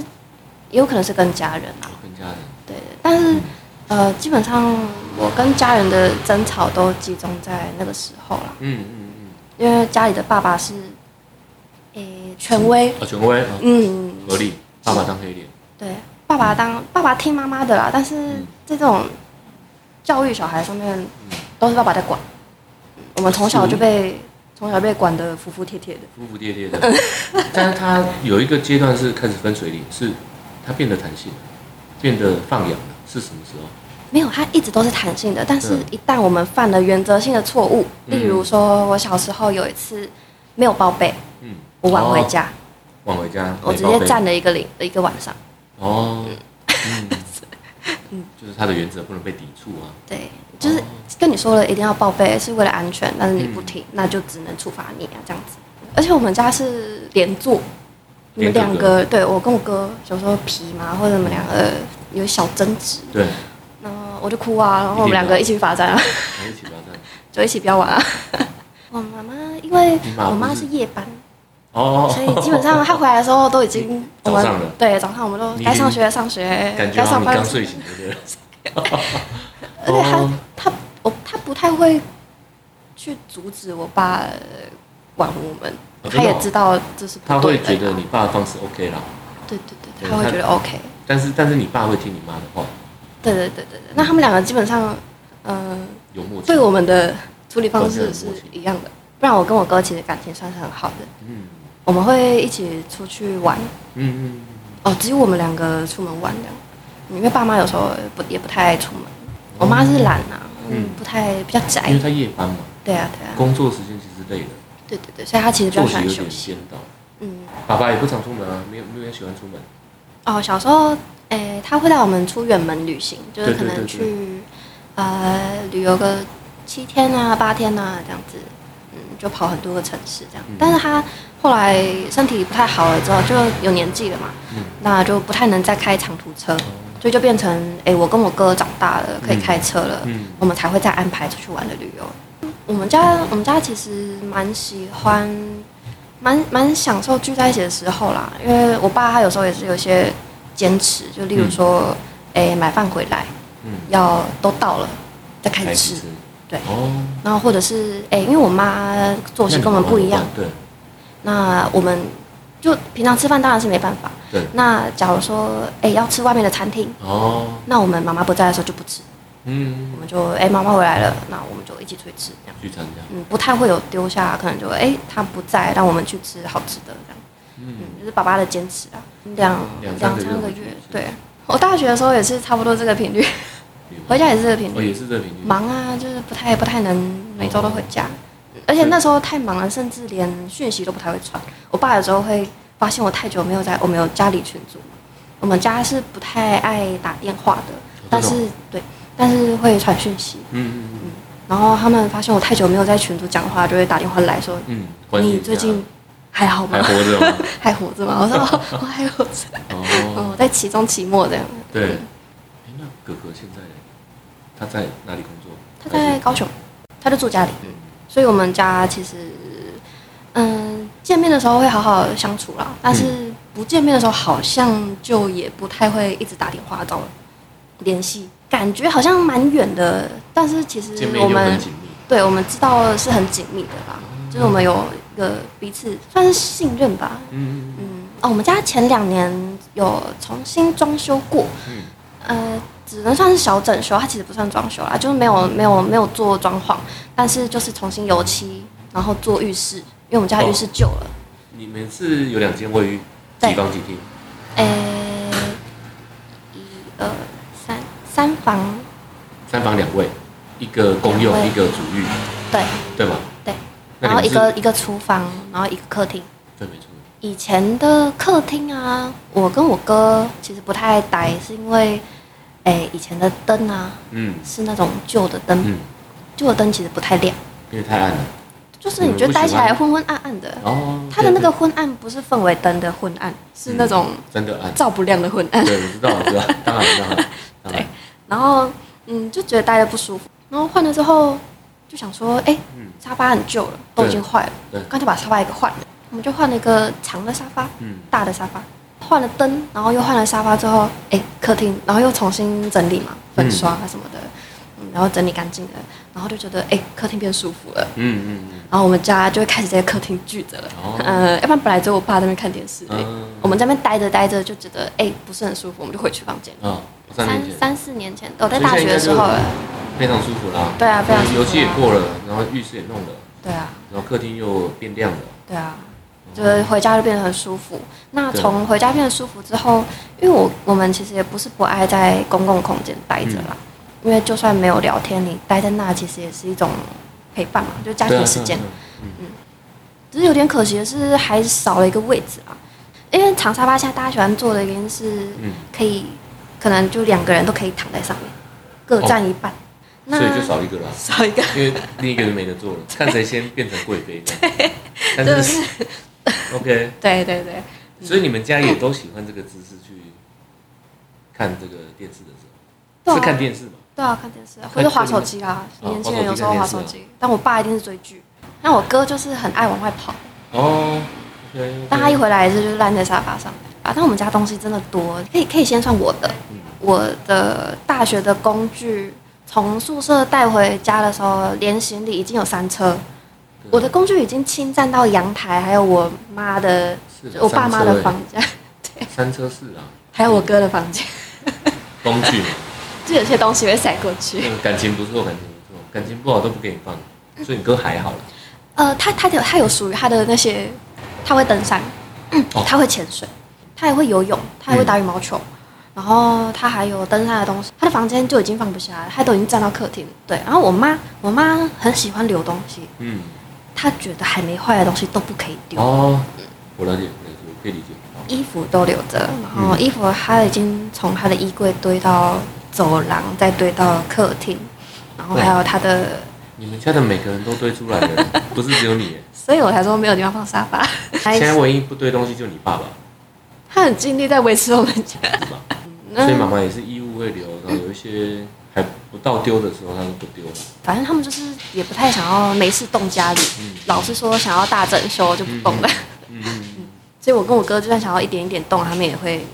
[SPEAKER 2] 也有可能是跟家人啊。
[SPEAKER 1] 跟家人。
[SPEAKER 2] 对，但是
[SPEAKER 1] 嗯
[SPEAKER 2] 呃，基本上我跟家人的争吵都集中在那个时候啦，
[SPEAKER 1] 嗯嗯嗯。
[SPEAKER 2] 因为家里的爸爸是，诶、权威，
[SPEAKER 1] 啊，权威啊，
[SPEAKER 2] 嗯，
[SPEAKER 1] 合理。爸爸当黑脸。
[SPEAKER 2] 对，爸爸当爸爸听妈妈的啦，但是
[SPEAKER 1] 嗯
[SPEAKER 2] 这种教育小孩方面都是爸爸在管，嗯我们从小就被从小被管得服服帖帖的，
[SPEAKER 1] 服服帖帖 的，但是他有一个阶段是开始分水岭，是他变得弹性了，变得放养了，是什么时候？
[SPEAKER 2] 没有，他一直都是弹性的，但是
[SPEAKER 1] 嗯
[SPEAKER 2] 一旦我们犯了原则性的错误，
[SPEAKER 1] 嗯
[SPEAKER 2] 例如说我小时候有一次没有报备，
[SPEAKER 1] 嗯，
[SPEAKER 2] 我晚回家。
[SPEAKER 1] 哦，晚回家，
[SPEAKER 2] 我
[SPEAKER 1] 没
[SPEAKER 2] 直
[SPEAKER 1] 报
[SPEAKER 2] 接
[SPEAKER 1] 备
[SPEAKER 2] 站了一个零一个晚上。
[SPEAKER 1] 哦，嗯，就是他的原则不能被抵触啊，
[SPEAKER 2] 对，就是跟你说了一定要报备，是为了安全，但是你不
[SPEAKER 1] 嗯
[SPEAKER 2] 听，那就只能处罚你啊，这样子。而且我们家是连坐，我
[SPEAKER 1] 连
[SPEAKER 2] 们
[SPEAKER 1] 哥
[SPEAKER 2] 两
[SPEAKER 1] 哥
[SPEAKER 2] 个对我跟我哥有时候皮嘛，或者我们两个有小争执，
[SPEAKER 1] 对，哎
[SPEAKER 2] 然后我就哭啊，然后我们两个一起去罚站啊，
[SPEAKER 1] 我一起罚站。
[SPEAKER 2] 就一起不要玩啊。 我妈妈因为
[SPEAKER 1] 你妈
[SPEAKER 2] 我
[SPEAKER 1] 不
[SPEAKER 2] 妈
[SPEAKER 1] 是
[SPEAKER 2] 是夜班，
[SPEAKER 1] 哦，
[SPEAKER 2] 所以基本上她回来的时候都 已经我
[SPEAKER 1] 早
[SPEAKER 2] 们
[SPEAKER 1] 上了
[SPEAKER 2] 对早上我们都
[SPEAKER 1] 你已经
[SPEAKER 2] 该上学上学，
[SPEAKER 1] 感觉
[SPEAKER 2] 该
[SPEAKER 1] 好像
[SPEAKER 2] 呃上
[SPEAKER 1] 你
[SPEAKER 2] 班
[SPEAKER 1] 刚睡醒，对哦不 对？
[SPEAKER 2] 而且他、
[SPEAKER 1] 哦
[SPEAKER 2] 他我他不太会去阻止我爸呃管我们，
[SPEAKER 1] 哦真
[SPEAKER 2] 他
[SPEAKER 1] 的
[SPEAKER 2] 也
[SPEAKER 1] 哦
[SPEAKER 2] 知道这是
[SPEAKER 1] 他
[SPEAKER 2] 不对
[SPEAKER 1] 会
[SPEAKER 2] 的。
[SPEAKER 1] 觉得你爸的方式 OK 啦，
[SPEAKER 2] 对对对
[SPEAKER 1] 对
[SPEAKER 2] 对，他会
[SPEAKER 1] 他
[SPEAKER 2] 觉得 OK。
[SPEAKER 1] 但是但是你爸会听你妈的话，
[SPEAKER 2] 对对对对对，那他们两个基本上，嗯，
[SPEAKER 1] 有默契。
[SPEAKER 2] 对我们的处理方式
[SPEAKER 1] 好
[SPEAKER 2] 是
[SPEAKER 1] 像有默契
[SPEAKER 2] 一样的。不然我跟我哥其实感情算是很好的，
[SPEAKER 1] 嗯
[SPEAKER 2] 我们会一起出去玩，
[SPEAKER 1] 嗯嗯
[SPEAKER 2] 哦，只有我们两个出门玩这样，因为爸妈有时候不也不太爱出门，我妈是懒啊，
[SPEAKER 1] 哦嗯
[SPEAKER 2] 嗯，不太比较宅
[SPEAKER 1] 嗯，因，为他夜班嘛，
[SPEAKER 2] 对啊对啊，
[SPEAKER 1] 工作时间其实累了，
[SPEAKER 2] 对对对，所以她其实比较
[SPEAKER 1] 作
[SPEAKER 2] 喜
[SPEAKER 1] 息
[SPEAKER 2] 欢
[SPEAKER 1] 有
[SPEAKER 2] 休
[SPEAKER 1] 点
[SPEAKER 2] 息，
[SPEAKER 1] 颠倒。
[SPEAKER 2] 嗯，
[SPEAKER 1] 爸爸也不常出门啊，没有没有人喜欢出门。
[SPEAKER 2] 哦，小时候，诶，她会带我们出远门旅行，就是
[SPEAKER 1] 对
[SPEAKER 2] 可
[SPEAKER 1] 对对
[SPEAKER 2] 能
[SPEAKER 1] 对
[SPEAKER 2] 去呃旅游个七天啊八天啊这样子，嗯，就跑很多个城市这样，
[SPEAKER 1] 嗯
[SPEAKER 2] 但是她后来身体不太好了之后，就有年纪了嘛，
[SPEAKER 1] 嗯哦
[SPEAKER 2] 那就不太能再开长途车，所以就变成，诶，我跟我哥长大了，可以
[SPEAKER 1] 嗯
[SPEAKER 2] 开车了，
[SPEAKER 1] 嗯
[SPEAKER 2] 我们才会再安排出去玩的旅游。我们家我们家其实蛮喜欢，蛮蛮享受聚在一起的时候啦。因为我爸他有时候也是有一些坚持，就例如说，诶买饭回来
[SPEAKER 1] 嗯，
[SPEAKER 2] 要都到了再开
[SPEAKER 1] 开
[SPEAKER 2] 始
[SPEAKER 1] 始
[SPEAKER 2] 吃
[SPEAKER 1] 吃，
[SPEAKER 2] 对
[SPEAKER 1] 哦，
[SPEAKER 2] 然后或者是诶，因为我妈作息跟我们不一样，
[SPEAKER 1] 那你
[SPEAKER 2] 那我们就平常吃饭当然是没办法。
[SPEAKER 1] 对对
[SPEAKER 2] 那假如说诶要吃外面的餐厅，
[SPEAKER 1] 哦，
[SPEAKER 2] 那我们妈妈不在的时候就不吃，我
[SPEAKER 1] 嗯，
[SPEAKER 2] 们就诶妈妈回来了，那我们就一起出去吃这样。
[SPEAKER 1] 聚餐这样，
[SPEAKER 2] 嗯，不太会有丢下，可能就哎、诶他不在，让我们去吃好吃的这样。
[SPEAKER 1] 嗯
[SPEAKER 2] 嗯，就是爸爸的坚持啊，两
[SPEAKER 1] 两三
[SPEAKER 2] 两
[SPEAKER 1] 个月
[SPEAKER 2] 三个
[SPEAKER 1] 回去
[SPEAKER 2] 月
[SPEAKER 1] 吃。
[SPEAKER 2] 对我大学的时候也是差不多这个频率，回家也是这个频
[SPEAKER 1] 哦
[SPEAKER 2] 率，
[SPEAKER 1] 也哦是这频率，
[SPEAKER 2] 忙啊，就是不太不太能每周都回家，而且那时候太忙了，甚至连讯息都不太会传。我爸有时候会发现我太久没有在我们有家里群组嘛，我们家是不太爱打电话的，
[SPEAKER 1] 哦
[SPEAKER 2] 但
[SPEAKER 1] 真的哦
[SPEAKER 2] 是对，但是会传讯息。
[SPEAKER 1] 嗯嗯嗯
[SPEAKER 2] 然后他们发现我太久没有在群组讲话，就会打电话来说
[SPEAKER 1] 嗯，关心一
[SPEAKER 2] 你
[SPEAKER 1] 下
[SPEAKER 2] 最近还好吗
[SPEAKER 1] 还？活着哦吗？
[SPEAKER 2] 还活着吗？我说哦我还活着，嗯，
[SPEAKER 1] 哦，
[SPEAKER 2] 我在期中、期末这样。嗯
[SPEAKER 1] 对，哎那哥哥现在他在哪里工作？
[SPEAKER 2] 他在高雄，他就住家里，
[SPEAKER 1] 还是，
[SPEAKER 2] 所以我们家其实，嗯，见面的时候会好好相处
[SPEAKER 1] 嗯
[SPEAKER 2] 啦，但是不见面的时候好像就也不太会一直打电话找联系，感觉好像蛮远的，但是其实
[SPEAKER 1] 嗯，见
[SPEAKER 2] 我
[SPEAKER 1] 面又
[SPEAKER 2] 们
[SPEAKER 1] 很紧密，
[SPEAKER 2] 对，我们知道是很紧密的啦，就是我们有一个彼此算是信任吧。
[SPEAKER 1] 嗯嗯
[SPEAKER 2] 嗯，哦，我们家前两年有重新装修过，
[SPEAKER 1] 嗯
[SPEAKER 2] 呃，只能算是小整修，它其实不算装修啦，就是没有没有没有做装潢，但是就是重新油漆，然后做浴室，因为我们家浴室旧了，
[SPEAKER 1] 嗯，你们是有两间卫浴，
[SPEAKER 2] 对
[SPEAKER 1] 几房几厅？
[SPEAKER 2] 诶、一二三三房，
[SPEAKER 1] 三房两卫，一个公用，
[SPEAKER 2] 两卫
[SPEAKER 1] 一个主浴，
[SPEAKER 2] 对，
[SPEAKER 1] 对吧？
[SPEAKER 2] 对
[SPEAKER 1] 那
[SPEAKER 2] 然
[SPEAKER 1] 你
[SPEAKER 2] 后
[SPEAKER 1] 们
[SPEAKER 2] 一
[SPEAKER 1] 是，
[SPEAKER 2] 个一个厨房，然后一个客厅。
[SPEAKER 1] 对，没错，
[SPEAKER 2] 以前的客厅啊，我跟我哥其实不太爱待，是因为，哎、以前的灯啊
[SPEAKER 1] 嗯
[SPEAKER 2] 是那种旧的灯，
[SPEAKER 1] 嗯，
[SPEAKER 2] 旧的灯其实不太亮，
[SPEAKER 1] 因为太暗了。
[SPEAKER 2] 就是
[SPEAKER 1] 嗯
[SPEAKER 2] 你觉得待起来昏昏暗暗的。
[SPEAKER 1] 哦，
[SPEAKER 2] 它的那
[SPEAKER 1] 对
[SPEAKER 2] 个昏暗不是氛围灯的昏暗，是那种
[SPEAKER 1] 对真的暗，
[SPEAKER 2] 照不亮的昏暗。
[SPEAKER 1] 对，我知道，我知道，当然，当然，当然，
[SPEAKER 2] 然后，嗯，就觉得待的不舒服。然后换了之后，就想说，哎、
[SPEAKER 1] 嗯
[SPEAKER 2] 沙发很旧了，都已经坏了
[SPEAKER 1] 对对，
[SPEAKER 2] 干脆把沙发也给换了。我们就换了一个长的沙发，
[SPEAKER 1] 嗯，
[SPEAKER 2] 大的沙发，换了灯，然后又换了沙发之后，哎，客厅，然后又重新整理嘛，粉刷啊什么的，嗯然后整理干净了，然后就觉得哎，客厅变舒服了。
[SPEAKER 1] 嗯嗯嗯，
[SPEAKER 2] 然后我们家就会开始在客厅聚着了，
[SPEAKER 1] 哦
[SPEAKER 2] 呃，要不然本来只有我爸在那边看电视而已，
[SPEAKER 1] 嗯
[SPEAKER 2] 我们在那边待着待着就觉得哎不是很舒服，我们就回去房间。
[SPEAKER 1] 啊，三
[SPEAKER 2] 三
[SPEAKER 1] 年前
[SPEAKER 2] 三四年前，我在
[SPEAKER 1] 所以
[SPEAKER 2] 大
[SPEAKER 1] 现
[SPEAKER 2] 学
[SPEAKER 1] 在
[SPEAKER 2] 的时候了，
[SPEAKER 1] 非常舒服啦，
[SPEAKER 2] 对啊非常舒服啊
[SPEAKER 1] 油漆也过了，然后浴室也弄了，
[SPEAKER 2] 对啊
[SPEAKER 1] 然后客厅又变亮了，嗯
[SPEAKER 2] 对啊，就是回家就变得很舒服。那
[SPEAKER 1] 对
[SPEAKER 2] 从回家变得舒服之后，因为我我们其实也不是不爱在公共空间待着
[SPEAKER 1] 嗯
[SPEAKER 2] 啦，因为就算没有聊天，你待在那其实也是一种陪伴嘛，就家
[SPEAKER 1] 对啊
[SPEAKER 2] 庭时间。，
[SPEAKER 1] 嗯嗯
[SPEAKER 2] 只是有点可惜的是，还少了一个位置啦。因为长沙发现在大家喜欢坐的原因是
[SPEAKER 1] 嗯，
[SPEAKER 2] 可以，可能就两个人都可以躺在上面，各占一半。
[SPEAKER 1] 嗯，所以就少一个啦，
[SPEAKER 2] 少一个，
[SPEAKER 1] 因为另一个人没得做了，看谁先变成贵 妃这样，但
[SPEAKER 2] 就是是
[SPEAKER 1] OK，
[SPEAKER 2] 对对对，
[SPEAKER 1] 所以你们家也都喜欢这个姿势去看这个电视的时
[SPEAKER 2] 对
[SPEAKER 1] 候，
[SPEAKER 2] 啊
[SPEAKER 1] 是看电视嘛？
[SPEAKER 2] 对啊，看电视啊，或者滑手机啦。
[SPEAKER 1] 哦
[SPEAKER 2] 年轻人有时候
[SPEAKER 1] 滑
[SPEAKER 2] 滑
[SPEAKER 1] 手
[SPEAKER 2] 手
[SPEAKER 1] 机看电
[SPEAKER 2] 机，但我爸一定是追剧，那我哥就是很爱往外跑，
[SPEAKER 1] 哦，OK，
[SPEAKER 2] 但他一回来也是就是烂在沙发上啊。但我们家东西真的多，可以可以先算我的，
[SPEAKER 1] 嗯
[SPEAKER 2] 我的大学的工具从宿舍带回家的时候，连行李已经有三车，我的工具已经侵占到阳台，还有我妈的，
[SPEAKER 1] 是啊
[SPEAKER 2] 我爸妈的，房
[SPEAKER 1] 三车
[SPEAKER 2] 间， 嗯
[SPEAKER 1] 欸三车是啊，
[SPEAKER 2] 还有我哥的房间，
[SPEAKER 1] 工具嘛，
[SPEAKER 2] 就有些东西会塞过去。
[SPEAKER 1] 嗯感情不错，感情不错，感情不好都不给你放，所以你哥还好了。
[SPEAKER 2] 呃，他他有他有属于他的那些，他会登山，
[SPEAKER 1] 哦
[SPEAKER 2] 他会潜水，他也会游泳，他也会打羽毛球，然后他还有登山的东西，他的房间就已经放不下了，他都已经占到客厅。对，然后我妈，我妈很喜欢留东西，
[SPEAKER 1] 嗯，
[SPEAKER 2] 她觉得还没坏的东西都不可以丢，
[SPEAKER 1] 哦，我了解，我了解，我可以理解。好
[SPEAKER 2] 衣服都留着，然后
[SPEAKER 1] 嗯
[SPEAKER 2] 衣服她已经从她的衣柜堆到走廊，再堆到客厅，然后还有她的，
[SPEAKER 1] 你们家的每个人都堆出来 了，不是只有你耶。
[SPEAKER 2] 所以我才说没有地方放沙 发。
[SPEAKER 1] 现在唯一不堆东西就你爸爸，
[SPEAKER 2] 她很尽力在维持我们家，
[SPEAKER 1] 是吧？所以妈
[SPEAKER 2] 嗯，
[SPEAKER 1] 妈也是衣物会留，然后有一些还不到丢的时候，她都不丢了。
[SPEAKER 2] 反正他们就是也不太想要没事动家里，
[SPEAKER 1] 嗯，
[SPEAKER 2] 老是说想要大整修就不动了。
[SPEAKER 1] 嗯，嗯
[SPEAKER 2] 所以我跟我哥就算想要一点一点动，他们也会。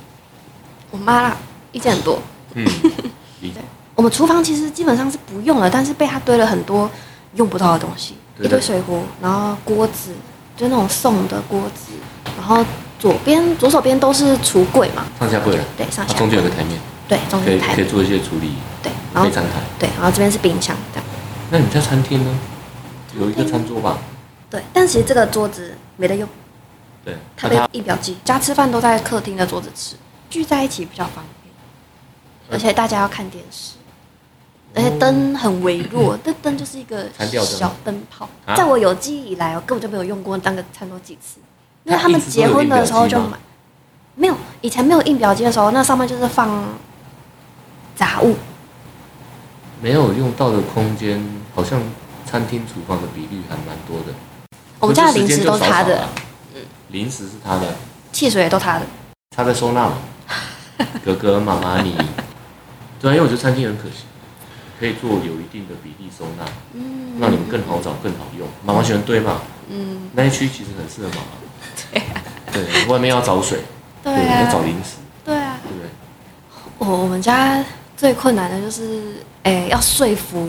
[SPEAKER 2] 我妈啦，意见很多。
[SPEAKER 1] 嗯，嗯理解。
[SPEAKER 2] 我们厨房其实基本上是不用了，但是被他堆了很多用不到的东西，
[SPEAKER 1] 对
[SPEAKER 2] 一堆水壶，然后锅子，就那种送的锅子，然后左边左手边都是橱柜嘛，
[SPEAKER 1] 上下柜了，
[SPEAKER 2] 对，上
[SPEAKER 1] 它
[SPEAKER 2] 下
[SPEAKER 1] 啊中间有个台面，
[SPEAKER 2] 对中
[SPEAKER 1] 可以
[SPEAKER 2] 间台
[SPEAKER 1] 可以做一些处理，
[SPEAKER 2] 对，然
[SPEAKER 1] 可
[SPEAKER 2] 后
[SPEAKER 1] 以展开。
[SPEAKER 2] 对，然后这边是冰箱这样，
[SPEAKER 1] 那你家餐厅呢？有一个餐桌吧？
[SPEAKER 2] 对，但其实这个桌子没得用，
[SPEAKER 1] 对，
[SPEAKER 2] 它
[SPEAKER 1] 那
[SPEAKER 2] 被仪表机，家吃饭都在客厅的桌子吃，聚在一起比较方
[SPEAKER 1] 嗯
[SPEAKER 2] 便，而且大家要看电视。而且灯很微弱，那灯就是一个
[SPEAKER 1] 残掉灯
[SPEAKER 2] 小灯泡。
[SPEAKER 1] 啊
[SPEAKER 2] 在我有记忆以来，我根本就没有用过当个餐桌几次，因为
[SPEAKER 1] 它
[SPEAKER 2] 他们
[SPEAKER 1] 一直都
[SPEAKER 2] 结
[SPEAKER 1] 有
[SPEAKER 2] 婚的时候
[SPEAKER 1] 印表
[SPEAKER 2] 就
[SPEAKER 1] 机吗
[SPEAKER 2] 买，没有以前没有印表机的时候，那上面就是放杂物，
[SPEAKER 1] 没有用到的空间，好像餐厅厨房的比率还蛮多的。
[SPEAKER 2] 我们家的
[SPEAKER 1] 可
[SPEAKER 2] 零
[SPEAKER 1] 时
[SPEAKER 2] 食
[SPEAKER 1] 间就
[SPEAKER 2] 都
[SPEAKER 1] 是少
[SPEAKER 2] 他
[SPEAKER 1] 少
[SPEAKER 2] 的嗯
[SPEAKER 1] 了，，啊零食是他的，
[SPEAKER 2] 汽水也都他的。
[SPEAKER 1] 他在收纳 嘛。哥哥、妈妈，你对啊，因为我觉得餐厅很可惜，可以做有一定的比例收纳，
[SPEAKER 2] 嗯
[SPEAKER 1] 让你们更好找、更好用。妈妈喜欢堆嘛，
[SPEAKER 2] 嗯，
[SPEAKER 1] 那一区其实很适合妈妈。对、外面要找水，
[SPEAKER 2] 啊对
[SPEAKER 1] 要找
[SPEAKER 2] 啊，
[SPEAKER 1] 零食，
[SPEAKER 2] 对啊。
[SPEAKER 1] 对不对？
[SPEAKER 2] 我我们家最困难的就是，哎、要说服，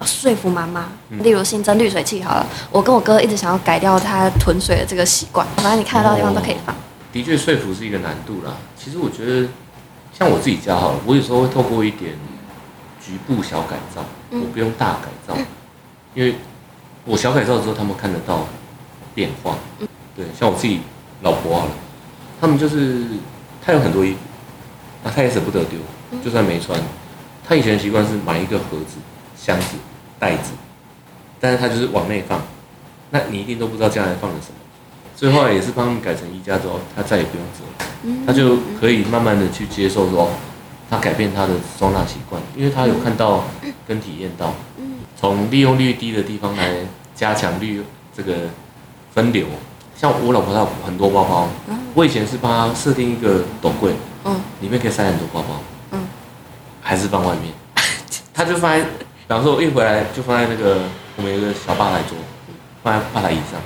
[SPEAKER 2] 要说服妈妈。
[SPEAKER 1] 嗯
[SPEAKER 2] 例如新增滤水器好了，我跟我哥一直想要改掉他囤水的这个习惯，反正你看得到的地方都可以放。
[SPEAKER 1] 的确，说服是一个难度啦。其实我觉得，像我自己家好了，我有时候会透过一点局部小改造，
[SPEAKER 2] 嗯
[SPEAKER 1] 我不用大改造，因为我小改造之后，他们看得到变化。对，像我自己老婆好了，他们就是她有很多衣服，那她也舍不得丢，就算没穿，她以前的习惯是买一个盒子、箱子、袋子，但是她就是往内放，那你一定都不知道将来放了什么。所以后来也是帮他们改成衣架之后，他再也不用折了，
[SPEAKER 2] 嗯
[SPEAKER 1] 他就可以慢慢的去接受说，哦他改变他的收纳习惯，因为他有看到跟体验到，
[SPEAKER 2] 嗯
[SPEAKER 1] 从利用率低的地方来加强率这个分流。像我老婆她有很多包包，
[SPEAKER 2] 嗯
[SPEAKER 1] 我以前是帮她设定一个斗柜，
[SPEAKER 2] 嗯
[SPEAKER 1] 里面可以塞很多包包，
[SPEAKER 2] 嗯
[SPEAKER 1] 还是放外面， 她就放在，比方说我一回来就放在那个我们有一个小吧台桌，放在吧台椅上，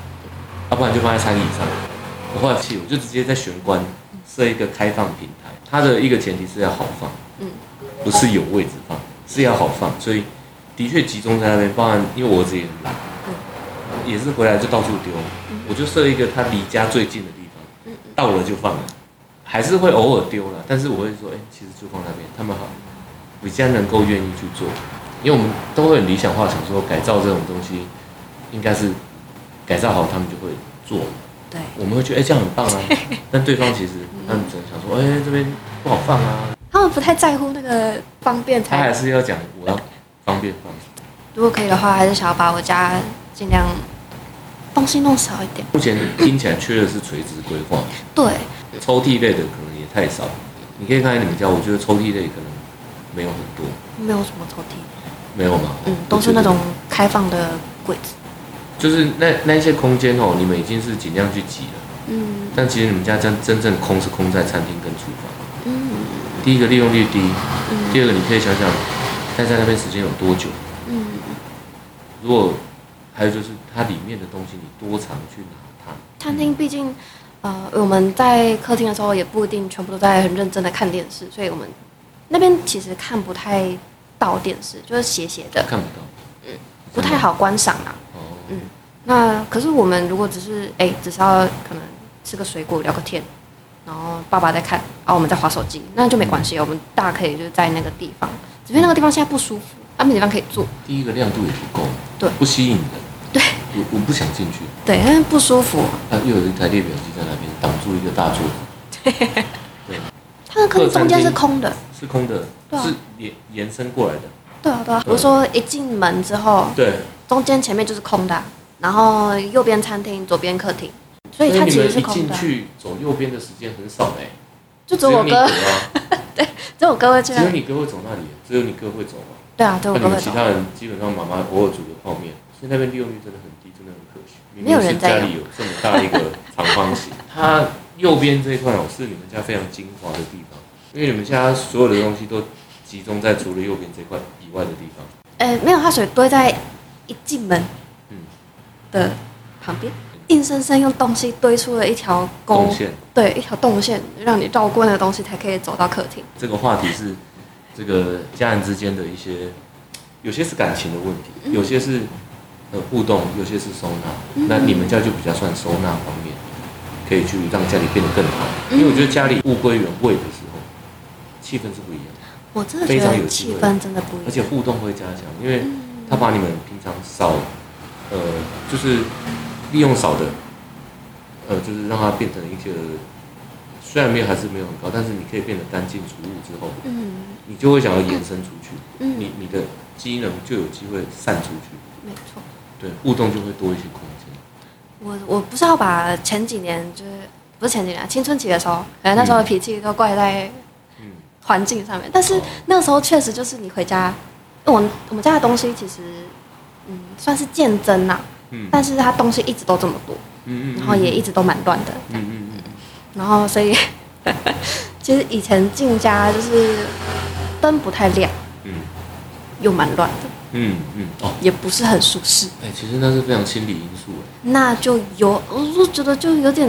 [SPEAKER 1] 要、啊不然就放在餐椅上。我后来气，我就直接在玄关设一个开放平台，它的一个前提是要好放，
[SPEAKER 2] 嗯
[SPEAKER 1] 不是有位置放，是要好放，所以的确集中在那边。包含因为我儿子也很懒，
[SPEAKER 2] 嗯
[SPEAKER 1] 也是回来就到处丢，我就设一个他离家最近的地方，
[SPEAKER 2] 嗯
[SPEAKER 1] 到了就放了，还是会偶尔丢了，但是我会说，哎、其实就放那边，他们好比较能够愿意去做，因为我们都会很理想化，想说改造这种东西应该是改造好，他们就会做。
[SPEAKER 2] 对，
[SPEAKER 1] 我们会觉得哎、这样很棒啊，但对方其实他们只能想说，哎、这边不好放啊，
[SPEAKER 2] 他们不太在乎那个方便
[SPEAKER 1] 他还
[SPEAKER 2] 才，
[SPEAKER 1] 是要讲我要方便放。
[SPEAKER 2] 如果可以的话，还是想要把我家尽量东西弄少一点。
[SPEAKER 1] 目前听起来缺的是垂直规划，
[SPEAKER 2] 对，
[SPEAKER 1] 抽屉类的可能也太少。你可以看看你们家，我觉得抽屉类可能没有很多，
[SPEAKER 2] 没有什么抽屉，
[SPEAKER 1] 没有吗？
[SPEAKER 2] 嗯，都是那种开放的柜子。
[SPEAKER 1] 就是那那一些空间哦，你们已经是尽量去挤了，
[SPEAKER 2] 嗯
[SPEAKER 1] 但其实你们家真真正空是空在餐厅跟厨房。
[SPEAKER 2] 嗯
[SPEAKER 1] 第一个利用率低，
[SPEAKER 2] 嗯
[SPEAKER 1] 第二个你可以想想待在那边时间有多久。
[SPEAKER 2] 嗯，
[SPEAKER 1] 如果还有就是它里面的东西，你多常去拿它。
[SPEAKER 2] 餐厅毕竟，呃，我们在客厅的时候也不一定全部都在很认真的看电视，所以我们那边其实看不太到电视，就是斜斜的，嗯
[SPEAKER 1] 看不到，
[SPEAKER 2] 不太好观赏啊。
[SPEAKER 1] 哦，
[SPEAKER 2] 嗯那可是我们如果只是哎、只是要可能吃个水果聊个天，然后爸爸在看，啊，我们在划手机，那就没关系，我们大可以就是在那个地方，只是那个地方现在不舒服，啊，没地方可以坐，
[SPEAKER 1] 第一个亮度也不够，
[SPEAKER 2] 对
[SPEAKER 1] 不吸引人，
[SPEAKER 2] 对
[SPEAKER 1] 我我不想进去。
[SPEAKER 2] 对，但是不舒服，
[SPEAKER 1] 那又有一台列表机在那边挡住一个大桌子，
[SPEAKER 2] 他的客厅中间是空的，
[SPEAKER 1] 是空的，
[SPEAKER 2] 对啊
[SPEAKER 1] 是延延伸过来的。
[SPEAKER 2] 对啊对啊，我说一进门之后，
[SPEAKER 1] 对，
[SPEAKER 2] 中间前面就是空的啊、然后右边餐厅，左边客厅，所以它
[SPEAKER 1] 你
[SPEAKER 2] 其实
[SPEAKER 1] 们
[SPEAKER 2] 是
[SPEAKER 1] 一
[SPEAKER 2] 空
[SPEAKER 1] 进
[SPEAKER 2] 的啊，
[SPEAKER 1] 去走右边的时间很少哎，
[SPEAKER 2] 就只有我
[SPEAKER 1] 你
[SPEAKER 2] 哥，啊
[SPEAKER 1] 哥 啊，
[SPEAKER 2] 只有我哥会去
[SPEAKER 1] 只
[SPEAKER 2] 那
[SPEAKER 1] 有
[SPEAKER 2] 里，
[SPEAKER 1] 你哥会走那里，只有你哥会走嘛。
[SPEAKER 2] 对啊，只有
[SPEAKER 1] 那
[SPEAKER 2] 我
[SPEAKER 1] 你
[SPEAKER 2] 哥
[SPEAKER 1] 们
[SPEAKER 2] 会
[SPEAKER 1] 其
[SPEAKER 2] 走，
[SPEAKER 1] 他人基本上妈妈偶尔煮个泡面，所以那边利用率真的很低，真的很可惜。明
[SPEAKER 2] 没有
[SPEAKER 1] 明
[SPEAKER 2] 人
[SPEAKER 1] 是
[SPEAKER 2] 在
[SPEAKER 1] 家
[SPEAKER 2] 用
[SPEAKER 1] 里有这么大一个长方 形，它右边这一块哦是你们家非常精华的地方，因为你们家所有的东西都集中在除了右边这块以外的地方。
[SPEAKER 2] 呃，没有，它水堆在一进门
[SPEAKER 1] 嗯
[SPEAKER 2] 的旁边，硬生生用东西堆出了一条沟
[SPEAKER 1] 动，线，
[SPEAKER 2] 对，一条动线，让你绕过那个东西才可以走到客厅。
[SPEAKER 1] 这个话题是这个家人之间的一些，有些是感情的问题，有些是呃互动，有些是收纳。那你们家就比较算收纳方面，可以去让家里变得更好。因为我觉得家里物归原位的时候，气氛是不一样的，
[SPEAKER 2] 我真的
[SPEAKER 1] 非
[SPEAKER 2] 觉
[SPEAKER 1] 常有
[SPEAKER 2] 得
[SPEAKER 1] 机
[SPEAKER 2] 气
[SPEAKER 1] 会
[SPEAKER 2] 氛真的不一
[SPEAKER 1] 而
[SPEAKER 2] 样，
[SPEAKER 1] 且互动会加强，因为他把你们平常少，呃，就是利用少的，呃，就是让它变成一个。虽然没有还是没有很高，但是你可以变得干净除物之后，
[SPEAKER 2] 嗯
[SPEAKER 1] 你就会想要延伸出去，
[SPEAKER 2] 嗯
[SPEAKER 1] 你，你的机能就有机会散出去，
[SPEAKER 2] 没错。
[SPEAKER 1] 对，互动就会多一些空间。
[SPEAKER 2] 我我不是要把前几年就是不是前几年啊青春期的时候，可能那时候的脾气都怪在
[SPEAKER 1] 嗯，
[SPEAKER 2] 环境上面，但是
[SPEAKER 1] 哦
[SPEAKER 2] 那时候确实就是你回家，因为我们我们家的东西其实嗯算是见真呐、
[SPEAKER 1] 嗯
[SPEAKER 2] 但是它东西一直都这么多，
[SPEAKER 1] 嗯
[SPEAKER 2] 然后也一直都蛮乱的，
[SPEAKER 1] 嗯嗯嗯嗯，
[SPEAKER 2] 然后所以 其实以前进家就是灯不太亮，
[SPEAKER 1] 嗯
[SPEAKER 2] 又蛮乱的，
[SPEAKER 1] 嗯嗯哦，
[SPEAKER 2] 也不是很舒适，
[SPEAKER 1] 哎、其实那是非常心理因素哎，
[SPEAKER 2] 那就有我就觉得就有点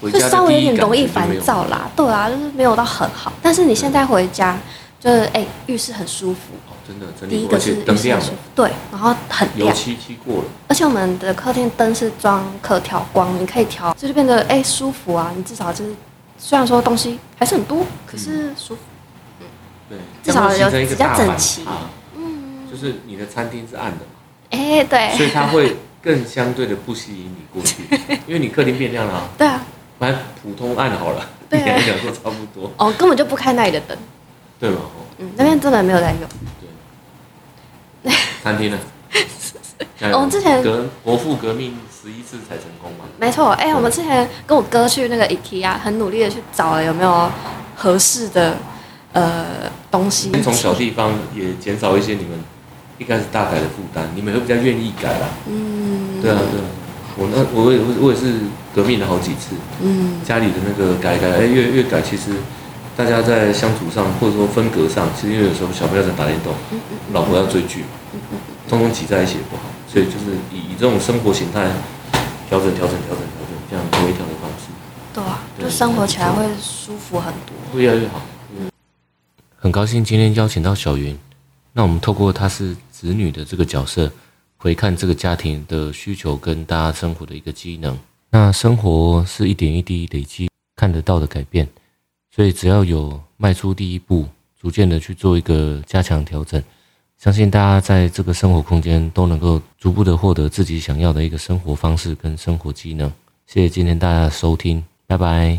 [SPEAKER 1] 回
[SPEAKER 2] 就
[SPEAKER 1] 家的
[SPEAKER 2] 稍微有
[SPEAKER 1] 第
[SPEAKER 2] 点
[SPEAKER 1] 一感
[SPEAKER 2] 容易
[SPEAKER 1] 觉就
[SPEAKER 2] 烦
[SPEAKER 1] 没有
[SPEAKER 2] 躁啦，对啊，就是没有到很好。但是你现在回
[SPEAKER 1] 嗯
[SPEAKER 2] 家，就是哎、浴室很舒服，
[SPEAKER 1] 哦，真的真
[SPEAKER 2] 第一
[SPEAKER 1] 的，而
[SPEAKER 2] 个是
[SPEAKER 1] 且
[SPEAKER 2] 浴
[SPEAKER 1] 灯
[SPEAKER 2] 室
[SPEAKER 1] 亮
[SPEAKER 2] 很舒
[SPEAKER 1] 了
[SPEAKER 2] 服，，对，然后很
[SPEAKER 1] 油
[SPEAKER 2] 亮，
[SPEAKER 1] 漆漆过了，
[SPEAKER 2] 而且我们的客厅灯是装可调光，你可以调，就是变得哎、舒服啊，你至少就是虽然说东西还是很多，可是舒服，
[SPEAKER 1] 对，
[SPEAKER 2] 至少
[SPEAKER 1] 这样会形成一个
[SPEAKER 2] 有比较
[SPEAKER 1] 大反
[SPEAKER 2] 整齐
[SPEAKER 1] 差
[SPEAKER 2] 嗯，
[SPEAKER 1] 啊就是你的餐厅是暗的嘛，
[SPEAKER 2] 哎、
[SPEAKER 1] 所以
[SPEAKER 2] 对，
[SPEAKER 1] 它会更相对的不吸引你过 去，因为你客厅变亮了、啊，
[SPEAKER 2] 对啊，
[SPEAKER 1] 反正普通暗好了，你
[SPEAKER 2] 对啊
[SPEAKER 1] 还想说差不多，
[SPEAKER 2] 哦，根本就不开那里的灯，
[SPEAKER 1] 对吧？哦
[SPEAKER 2] 嗯，那边真的没有在用，
[SPEAKER 1] 餐 厅呢？加油
[SPEAKER 2] 我们之前
[SPEAKER 1] 革国父革命十一次才成功嘛，
[SPEAKER 2] 没错，哎、我们之前跟我哥去那个 IKEA，很努力的去找了有没有合适的呃东西，
[SPEAKER 1] 先从小地方也减少一些你们一开始大改的负担，你们会比较愿意改啦。
[SPEAKER 2] 嗯，
[SPEAKER 1] 对啊，对啊，我那我也我也是革命了好几次，
[SPEAKER 2] 嗯，
[SPEAKER 1] 家里的那个改改，哎，越越改，其实大家在相处上或者说分隔上，其实因为有时候小朋友在打电动，老婆要追剧，通通挤在一起也不好，所以就是以以这种生活形态调整调整调整调整这样微调的方式，
[SPEAKER 2] 对啊，
[SPEAKER 1] 对
[SPEAKER 2] 就生活起来会舒服很多。
[SPEAKER 1] 会越来越好。嗯
[SPEAKER 3] 很高兴今天邀请到小云，那我们透过她是子女的这个角色，回看这个家庭的需求跟大家生活的一个机能。那生活是一点一滴累积看得到的改变，所以只要有迈出第一步，逐渐的去做一个加强调整，相信大家在这个生活空间都能够逐步的获得自己想要的一个生活方式跟生活技能。谢谢今天大家的收听，拜拜。